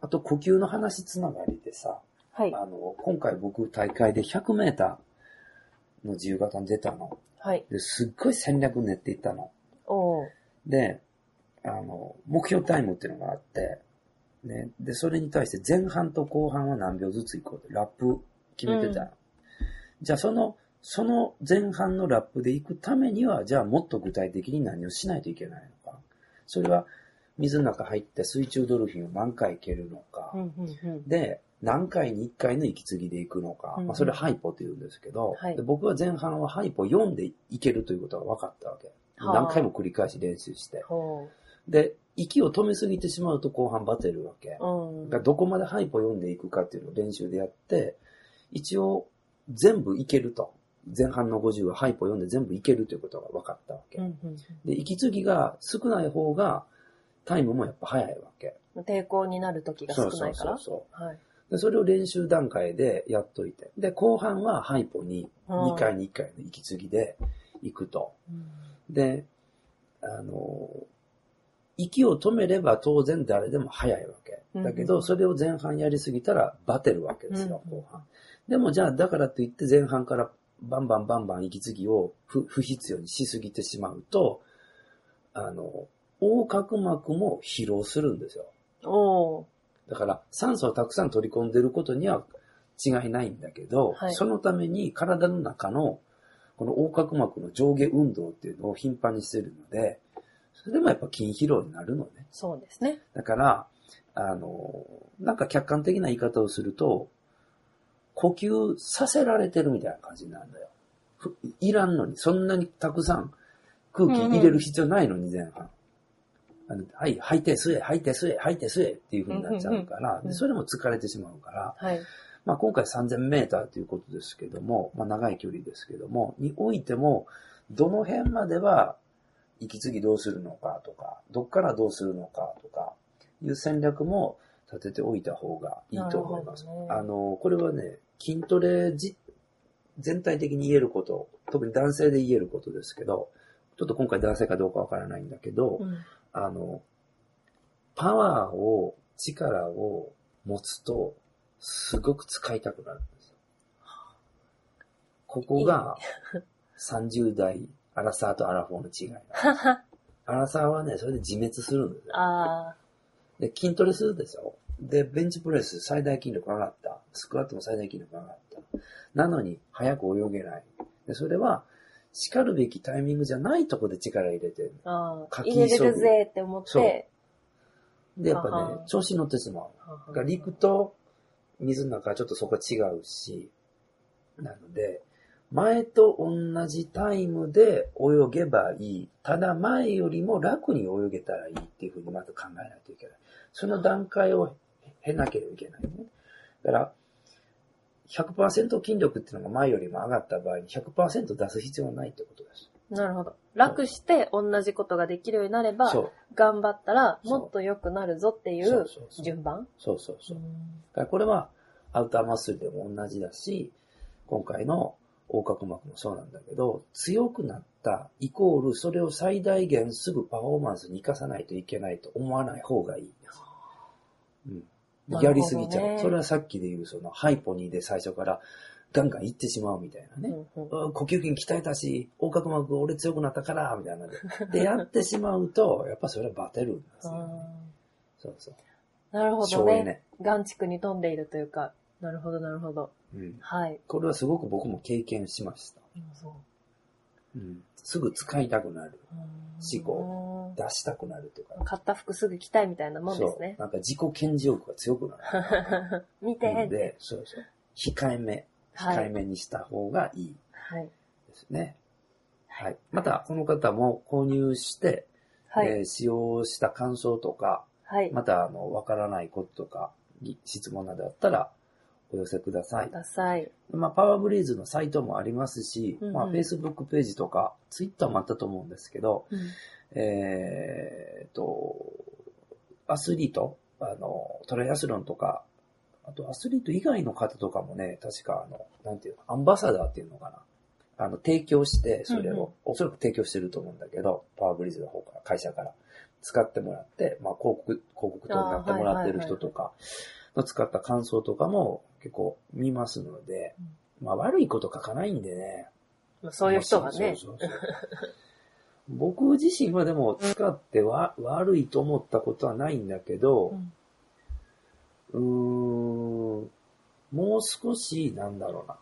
Speaker 2: あと、呼吸の話つながりでさ、
Speaker 1: はい。
Speaker 2: あの、今回僕大会で100メーターの自由形に出たの。
Speaker 1: はい。
Speaker 2: で、すっごい戦略練っていったの。
Speaker 1: おー。
Speaker 2: で、あの、目標タイムっていうのがあって、ね、で、それに対して前半と後半は何秒ずつ行こうって、ラップ決めてたの。じゃあ、その、その前半のラップで行くためには、じゃあもっと具体的に何をしないといけないのか。それは、水の中入って水中ドルフィンを何回蹴るのか。
Speaker 1: うんうんうん。
Speaker 2: で、何回に1回の息継ぎで行くのか、
Speaker 1: うんうん
Speaker 2: まあ、それハイポって言うんですけど、
Speaker 1: はい
Speaker 2: で僕は前半はハイポ4でいけるということが分かったわけ。
Speaker 1: はあ
Speaker 2: 何回も繰り返し練習して。
Speaker 1: ほ
Speaker 2: で、息を止めすぎてしまうと後半バテるわけ
Speaker 1: う。。うん。
Speaker 2: だからどこまでハイポ4でいくかっていうのを練習でやって、一応全部いけると。前半の50はハイポ4で全部いけるということが分かったわけ。
Speaker 1: うんうん
Speaker 2: で、息継ぎが少ない方がタイムもやっぱ早いわけ。
Speaker 1: うん。抵抗になる時が少
Speaker 2: そう
Speaker 1: な
Speaker 2: そ
Speaker 1: いうか
Speaker 2: そ
Speaker 1: ら
Speaker 2: う。そう。
Speaker 1: はい。
Speaker 2: で、それを練習段階でやっといて。で、後半はハイポに
Speaker 1: うん
Speaker 2: 2回に1回の息継ぎで行くと。
Speaker 1: うん
Speaker 2: で、あの、息を止めれば当然誰でも速いわけ。だけ
Speaker 1: うんう
Speaker 2: ど、
Speaker 1: ん
Speaker 2: それを前半やりすぎたらバテるわけですよ、
Speaker 1: うんうん
Speaker 2: 後半。でもじゃあ、だからといって前半からバンバンバンバン息継ぎを不不必要にしすぎてしまうと、あの、横隔膜も疲労するんですよ。
Speaker 1: おー。
Speaker 2: だから酸素をたくさん取り込んでることには違いないんだけど、
Speaker 1: はい
Speaker 2: そのために体の中のこの横隔膜の上下運動っていうのを頻繁にしてるので、それでもやっぱ筋疲労になるのね。
Speaker 1: そうですね。
Speaker 2: だから、あの、なんか客観的な言い方をすると、呼吸させられてるみたいな感じなんだよ。ふいらんのに、そんなにたくさん空気入れる必要ないのに、前半。あのはい、吐いて吸え、吐いて吸え、吐いて吸えっていう風になっちゃうから、
Speaker 1: うん
Speaker 2: でそれも疲れてしまうから、
Speaker 1: はい。
Speaker 2: まあ、今回3000メーターということですけども、まあ、長い距離ですけども、においても、どの辺までは、息継ぎどうするのかとか、どっからどうするのかとか、いう戦略も立てておいた方がいいと思います。
Speaker 1: なるほどね
Speaker 2: あの、これはね、筋トレじ全体的に言えること、特に男性で言えることですけど、ちょっと今回男性かどうかわからないんだけど、
Speaker 1: うん
Speaker 2: あの、パワーを、力を持つと、すごく使いたくなるんですよ。ここが、30代、アラサーとアラフォーの違いなんです。
Speaker 1: は [LAUGHS] は
Speaker 2: アラサーはね、それで自滅するんですよ。
Speaker 1: あ
Speaker 2: で、筋トレするでしょで、ベンチプレス最大筋力上がった。スクワットも最大筋力上がった。なのに、早く泳げない。で、それは、叱るべきタイミングじゃないとこで力入れてる。
Speaker 1: ーあー。
Speaker 2: 書き急ぐ
Speaker 1: 入れれるぜって思っ
Speaker 2: そう
Speaker 1: て。
Speaker 2: で、やっ
Speaker 1: あ
Speaker 2: ぱ
Speaker 1: は
Speaker 2: ね
Speaker 1: ん、
Speaker 2: 調子に乗ってしまう。
Speaker 1: は
Speaker 2: だ
Speaker 1: は
Speaker 2: から陸と水の中はちょっとそこは違うし、なので、前と同じタイムで泳げばいい。ただ前よりも楽に泳げたらいいっていうふうにまず考えないといけない。その段階を経なければいけないね。だから、100%筋力っていうのが前よりも上がった場合に100%出す必要はないってことです。
Speaker 1: なるほど。楽して同じことができるようになれば
Speaker 2: そ、う。
Speaker 1: 頑張ったら
Speaker 2: そう
Speaker 1: もっと良くなるぞってい
Speaker 2: そううそうそう
Speaker 1: 順番
Speaker 2: そうそうそう
Speaker 1: う。
Speaker 2: だからこれはアウターマッスルでも同じだし、今回の横隔膜もそうなんだけど、強くなったイコールそれを最大限すぐパフォーマンスに生かさないといけないと思わない方がいいです。うん。やりすぎちゃう。
Speaker 1: なるほどね
Speaker 2: それはさっきで言うそのハイポニーで最初からガンガン行ってしまうみたいなね。
Speaker 1: んうん
Speaker 2: あ呼吸筋鍛えたし、横隔膜俺強くなったから、みたいなので。で、やってしまうと、やっぱそれはバテるんですよ、ね。
Speaker 1: あ
Speaker 2: そうそう。
Speaker 1: ーなるほど
Speaker 2: 省エ
Speaker 1: ね。
Speaker 2: ネ。
Speaker 1: 眼蓄に富んでいるというか。なるほど、なるほど。
Speaker 2: うん。
Speaker 1: はい。
Speaker 2: これはすごく僕も経験しました。
Speaker 1: そう
Speaker 2: すぐ使いたくなる。
Speaker 1: うん
Speaker 2: 思考出したくなるというか。
Speaker 1: 買った服すぐ着たいみたいなもんです
Speaker 2: そう
Speaker 1: ね。
Speaker 2: なんか自己顕示欲が強くな
Speaker 1: [LAUGHS] 見て
Speaker 2: る。な
Speaker 1: っ
Speaker 2: の
Speaker 1: て。
Speaker 2: で、そうそう。控えめ。
Speaker 1: は
Speaker 2: 控え
Speaker 1: い。
Speaker 2: めにした方がいい
Speaker 1: はい。
Speaker 2: ですね。はい。また、この方も購入して、
Speaker 1: はい。
Speaker 2: えー使用した感想とか、
Speaker 1: はい。
Speaker 2: また、あの、わからないこととか、ぎ質問などあったら、お寄せください
Speaker 1: く。ださい。
Speaker 2: まあ、パワーブリーズのサイトもありますし、
Speaker 1: うんうん
Speaker 2: まあ、Facebook ページとか、Twitter もあったと思うんですけど、
Speaker 1: うん
Speaker 2: えーっと、アスリート、あの、トライアスロンとか、あとアスリート以外の方とかもね、確かあの、なんていうの、アンバサダーっていうのかあの、提供して、それ
Speaker 1: うんう
Speaker 2: を、おそらく提供してると思うんだけど、パワーブリーズの方から、会社から使ってもらって、まあ、広告、広告塔になってもらってる人とかの使った感想とかも結構見ますので、まあ、悪いこと書かないんでね。
Speaker 1: まあそういう人がね。
Speaker 2: そうそうそうそう僕自身はでも使っては悪いと思ったことはないんだけど、うーんもう少し、なんだろうな。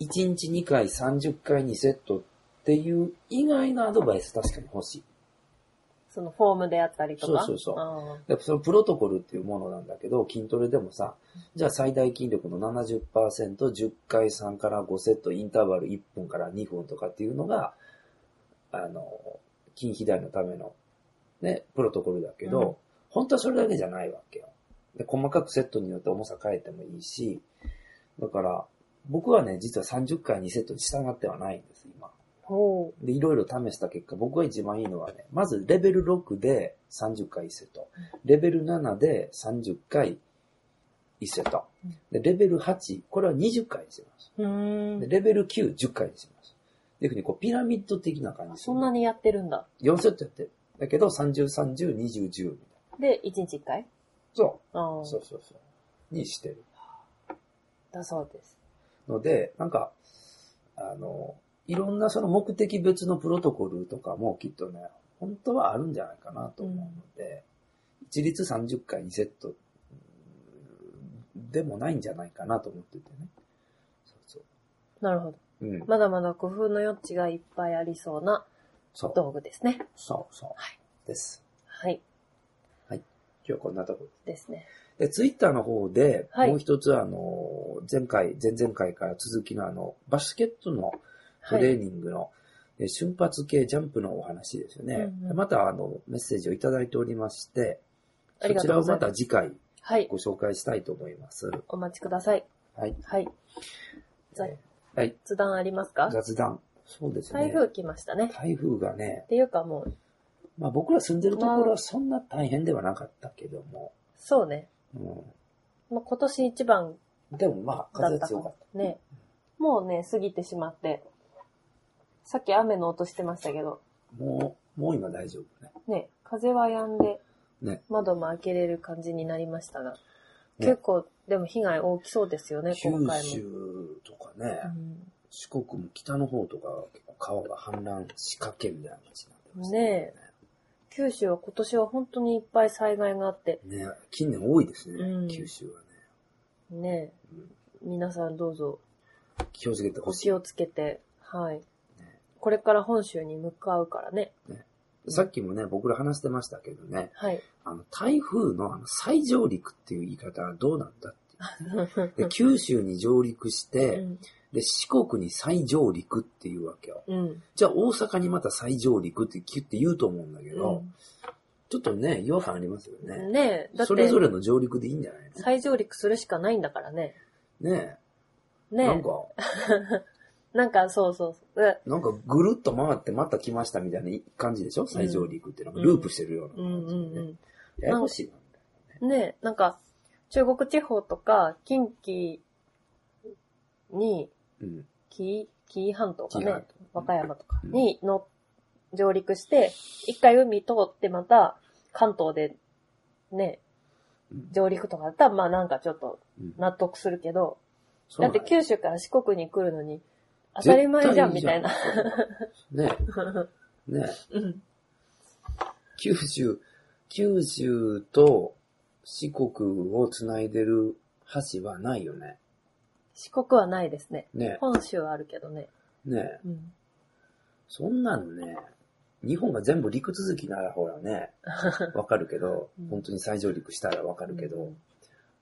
Speaker 2: 1日2回、30回にセットっていう以外のアドバイス確かに欲しい。
Speaker 1: そのフォームであったりとか。
Speaker 2: そうそうそう
Speaker 1: あ
Speaker 2: やっぱそのプロトコルっていうものなんだけど、筋トレでもさ、じゃあ最大筋力の70%、10回3から5セット、インターバル1分から2分とかっていうのが、あの、筋肥大のための、ね、プロトコルだけど、
Speaker 1: うん
Speaker 2: 本当はそれだけじゃないわけよ。で、細かくセットによって重さ変えてもいいし、だから、僕はね、実は30回2セットに従ってはないんです、今。
Speaker 1: ーほ
Speaker 2: で、いろいろ試した結果、僕が一番いいのはね、まずレベル6で30回1セット。レベル7で30回1セット。で、レベル8、これは20回にします。
Speaker 1: う。うー
Speaker 2: で、
Speaker 1: ん。
Speaker 2: レベル9、10回にします。っていうふうに、こう、ピラミッド的な感じ。
Speaker 1: そんなにやってるんだ。
Speaker 2: 4セットやってる。だけど、30、30、20、10みたいな。
Speaker 1: で、1日1回
Speaker 2: そ
Speaker 1: あ
Speaker 2: う。
Speaker 1: あ
Speaker 2: そうそうそう。にしてる。
Speaker 1: だそうです。
Speaker 2: ので、なんか、あの、いろんなその目的別のプロトコルとかもきっとね、本当はあるんじゃないかなと思うので、一律30回2セットうんでもないんじゃないかなと思っててね。そう
Speaker 1: なるほど。
Speaker 2: そう。うん。
Speaker 1: まだまだ工夫の余地がいっぱいありそうな
Speaker 2: そう。
Speaker 1: 道具ですね。
Speaker 2: そうそう。です。
Speaker 1: はい。
Speaker 2: 今日はこんなとこ
Speaker 1: ですね。
Speaker 2: で、ツイッターの方で、
Speaker 1: はい
Speaker 2: もう一つあの、前回、前々回から続きのあの、バスケットのトレーニングの、え瞬発系ジャンプのお話ですよね。
Speaker 1: うんうん
Speaker 2: またあの、メッセージをいただいておりまして、
Speaker 1: あり
Speaker 2: そ
Speaker 1: がと
Speaker 2: ち
Speaker 1: う
Speaker 2: ら
Speaker 1: ご
Speaker 2: を
Speaker 1: ざいま
Speaker 2: ま
Speaker 1: す。
Speaker 2: た次回
Speaker 1: はい。
Speaker 2: ご紹介したいと思います。
Speaker 1: お待ちください。
Speaker 2: はい。
Speaker 1: はい。ざ
Speaker 2: えーはい。
Speaker 1: 雑談ありますか
Speaker 2: 雑談。そうですね。
Speaker 1: 台風来ましたね。っ
Speaker 2: 台風がね、
Speaker 1: ていうかもう、
Speaker 2: まあ僕ら住んでるところはそんな大変ではなかったけども、
Speaker 1: そうね。
Speaker 2: う
Speaker 1: まあ、今年一番
Speaker 2: ん。でもまあ、
Speaker 1: だ
Speaker 2: 風
Speaker 1: った
Speaker 2: 強かった。
Speaker 1: ね。もうね、過ぎてしまって。さっき雨の音してましたけど、
Speaker 2: もう、もう今大丈夫ね。
Speaker 1: ね、風は止んで、
Speaker 2: ね
Speaker 1: 窓も開けれる感じになりましたが、
Speaker 2: ね
Speaker 1: 結構、でも被害大きそうですよね、
Speaker 2: 九
Speaker 1: 今回も。
Speaker 2: 州とかね、
Speaker 1: うん
Speaker 2: 四国も北の方とか結構川が氾濫しかけみたいな感じになってます
Speaker 1: ね九州は今年は本当にいっぱい災害があって、
Speaker 2: ねね近年多いですね、
Speaker 1: うん
Speaker 2: 九州はね、
Speaker 1: ね、
Speaker 2: うん
Speaker 1: 皆さんどうぞ
Speaker 2: 気をつけて
Speaker 1: お
Speaker 2: ほし
Speaker 1: 気をつけて、はい。これから本州に向かうからね。
Speaker 2: い。さっきもね、僕ら話してましたけどね、
Speaker 1: はい。
Speaker 2: あの、台風のあの再上陸っていう言い方はどうなんだって。で、九州に上陸し
Speaker 1: う
Speaker 2: て、
Speaker 1: ん。
Speaker 2: で、四国に再上陸っていうわけよ。
Speaker 1: うん。
Speaker 2: じゃあ大阪にまた再上陸ってキュッて言うと思うんだけ
Speaker 1: う
Speaker 2: ど、ちょっとね、違和感ありますよ
Speaker 1: ん
Speaker 2: ね。
Speaker 1: ねだっ
Speaker 2: それ
Speaker 1: て
Speaker 2: ぞ、れの上陸でいいんじゃない
Speaker 1: 再上陸するしかないんだからね。
Speaker 2: のね
Speaker 1: ね
Speaker 2: なんか、
Speaker 1: なんか、そうそうそう。
Speaker 2: なんかぐるっと回ってまた来ましたみたいな感じでしょ最上陸っていうのがループしてるような
Speaker 1: うん
Speaker 2: 感
Speaker 1: う
Speaker 2: じでね。
Speaker 1: ん
Speaker 2: ややこしいな。
Speaker 1: うん。ねなんか、中国地方とか、近畿に、
Speaker 2: うん。
Speaker 1: 紀伊紀伊半島かね
Speaker 2: 紀伊半、
Speaker 1: 和歌山とか
Speaker 2: うん
Speaker 1: にの、上陸して、一回海通ってまた、関東で、ね、
Speaker 2: うん
Speaker 1: 上陸とかだったら、まあなんかちょっと
Speaker 2: うん
Speaker 1: 納得するけど、
Speaker 2: そう
Speaker 1: だ
Speaker 2: な
Speaker 1: っ
Speaker 2: んだ
Speaker 1: て九州から四国に来るのに、当たり前じゃんみたいな。。
Speaker 2: 絶対いいじゃ [LAUGHS] んねね
Speaker 1: うん
Speaker 2: 九州、九州と四国をつないでる橋はないよね。
Speaker 1: 四国はないですね。
Speaker 2: ね
Speaker 1: 本州はあるけどね。
Speaker 2: ね
Speaker 1: うん [LAUGHS]
Speaker 2: そんなのね、日本が全部陸続きならほらね、わかるけど
Speaker 1: うん、
Speaker 2: 本当に再上陸したらわかるけど、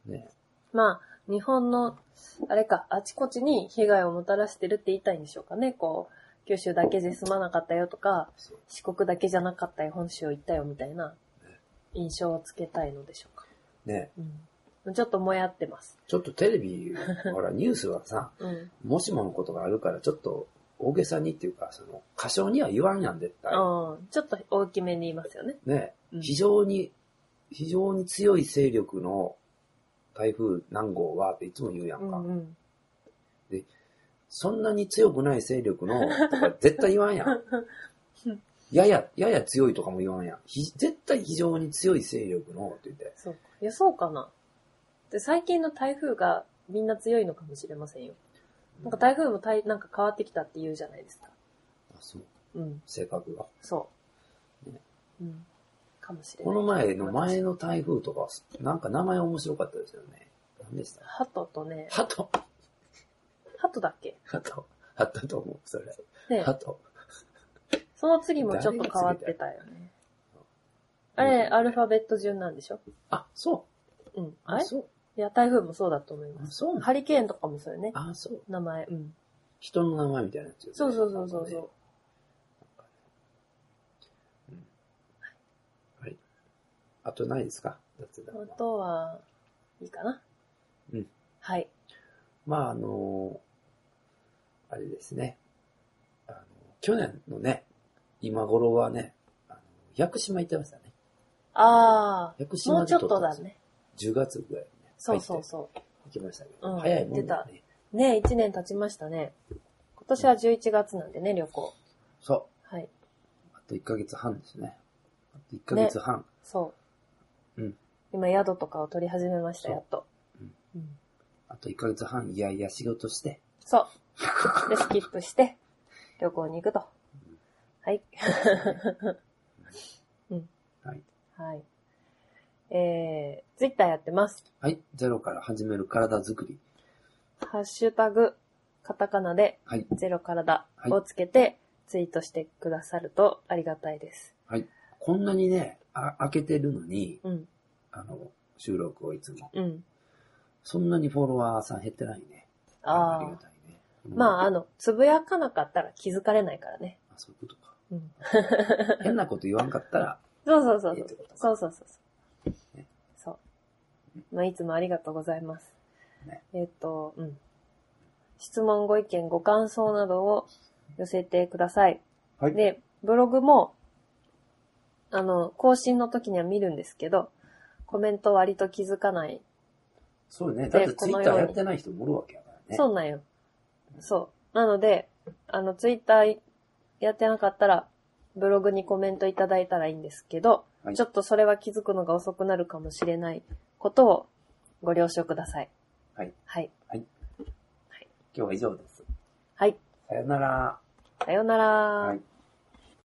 Speaker 2: ね
Speaker 1: まあ、日本の、あれか、あちこちに被害をもたらしてるって言いたいんでしょうかね。こう、九州だけで済まなかったよとか、
Speaker 2: そう
Speaker 1: 四国だけじゃなかったよ、本州行ったよみたいな印象をつけたいのでしょうか。
Speaker 2: ね
Speaker 1: うん、ちょっともやってます。
Speaker 2: ちょっとテレビ、ほら、 [LAUGHS] ニュースはさ、
Speaker 1: うん。
Speaker 2: もしものことがあるから、ちょっと大げさにっていうか、その、過小には言わんやん、絶対。
Speaker 1: うんちょっと大きめに言いますよね。
Speaker 2: ね、
Speaker 1: うん
Speaker 2: 非常に、非常に強い勢力の台風何号はっていつも言うやん
Speaker 1: う
Speaker 2: か。
Speaker 1: んうん。
Speaker 2: そんなに強くない勢力の、とか絶対言わんやん。
Speaker 1: [LAUGHS]
Speaker 2: やや、やや強いとかも言わんやん。ひ絶対非常に強い勢力の、って言って。
Speaker 1: そうか。いや、そうかな。で、最近の台風がみんな強いのかもしれませんよ。なんか台風も台、なんか変わってきたって言うじゃないですか。
Speaker 2: あそう
Speaker 1: うん、
Speaker 2: 性格が。
Speaker 1: そう
Speaker 2: ね。
Speaker 1: うん。かもしれ
Speaker 2: こ
Speaker 1: ない。
Speaker 2: の前の前の台風とか、なんか名前面白かったですよね。何でした
Speaker 1: 鳩とね、
Speaker 2: 鳩
Speaker 1: 鳩だっけ
Speaker 2: 鳩鳩と思う、それ。
Speaker 1: ね、
Speaker 2: 鳩。
Speaker 1: その次もちょっと変わってたよね。あれ、アルファベット順なんでしょ
Speaker 2: あ、そ
Speaker 1: うん。
Speaker 2: う。
Speaker 1: あ
Speaker 2: あ、
Speaker 1: れ
Speaker 2: そう。
Speaker 1: いや、台風もそうだと思いま
Speaker 2: あ、
Speaker 1: す。
Speaker 2: そうなの
Speaker 1: ハリケーンとかもそうよね。
Speaker 2: あ、そう。
Speaker 1: 名前。うん。
Speaker 2: 人の名前みたいなやつよね
Speaker 1: そうそうそうそう
Speaker 2: なんか
Speaker 1: そ
Speaker 2: ね
Speaker 1: う。
Speaker 2: あとないですか雑談は
Speaker 1: あとは、いいかな。
Speaker 2: うん。
Speaker 1: はい。
Speaker 2: まあ、あの、あれですね。あの、去年のね、今頃はね、あの屋久島行ってましたね。
Speaker 1: あ
Speaker 2: 屋久
Speaker 1: あ、も
Speaker 2: 島
Speaker 1: う
Speaker 2: で
Speaker 1: ちょっ
Speaker 2: 撮
Speaker 1: と
Speaker 2: たんで
Speaker 1: だ
Speaker 2: すよ。
Speaker 1: ね。
Speaker 2: 10月ぐらいにね。
Speaker 1: そうそう
Speaker 2: 入って
Speaker 1: そ
Speaker 2: 行きましたけど、
Speaker 1: うん
Speaker 2: 早いもんだね。
Speaker 1: う。ね一年経ちましたね。今年は11月なんでね、旅行。
Speaker 2: そ
Speaker 1: はい。
Speaker 2: う。あと1ヶ月半ですね。あと1ヶ月半。
Speaker 1: そう。
Speaker 2: うん
Speaker 1: 今、宿とかを取り始めました、
Speaker 2: そう
Speaker 1: やっと。
Speaker 2: うん
Speaker 1: うん
Speaker 2: あと1ヶ月半、いやいや仕事して。
Speaker 1: そう。 [LAUGHS] で、スキップして、旅行に行くと。はい。
Speaker 2: [LAUGHS]
Speaker 1: うん。
Speaker 2: はい。
Speaker 1: はい。えー、ツイッターやってます。
Speaker 2: はい。ゼロから始める体づくり。
Speaker 1: ハッシュタグ、カタカナで、
Speaker 2: はい。
Speaker 1: ゼロ体をつけて、ツイートしてくださるとありがたいです。
Speaker 2: こんなにね、あ開けてるのに、
Speaker 1: うん、
Speaker 2: あの、収録をいつも。
Speaker 1: うん。
Speaker 2: そんなにフォロワーさん減ってないね。
Speaker 1: あ
Speaker 2: りが
Speaker 1: あ。
Speaker 2: たいね。
Speaker 1: まあ、
Speaker 2: あ、
Speaker 1: あの、つぶやかなかったら気づかれないからね。
Speaker 2: あそういうことか。
Speaker 1: うん。
Speaker 2: 変なこと言わんかったら、
Speaker 1: そうそうそう
Speaker 2: いい
Speaker 1: そう
Speaker 2: ってことか。
Speaker 1: そうそうそうそう
Speaker 2: ね。
Speaker 1: そう。まあ、いつもありがとうございます。
Speaker 2: ね
Speaker 1: えっ、と、うん。質問、ご意見、ご感想などを寄せてください。
Speaker 2: はい
Speaker 1: で、ブログも、あの、更新の時には見るんですけど、コメント割と気づかない。
Speaker 2: そうね。だ
Speaker 1: で
Speaker 2: ってツイッターやってない人もおるわけやからね。
Speaker 1: そうなんよ。そう。なので、あの、ツイッターやってなかったら、ブログにコメントいただいたらいいんですけど、
Speaker 2: はい
Speaker 1: ちょっとそれは気づくのが遅くなるかもしれないことをご了承ください。
Speaker 2: はい。
Speaker 1: はい。
Speaker 2: 今日は以上です。
Speaker 1: はい。
Speaker 2: さよなら。
Speaker 1: さようなら。
Speaker 2: はい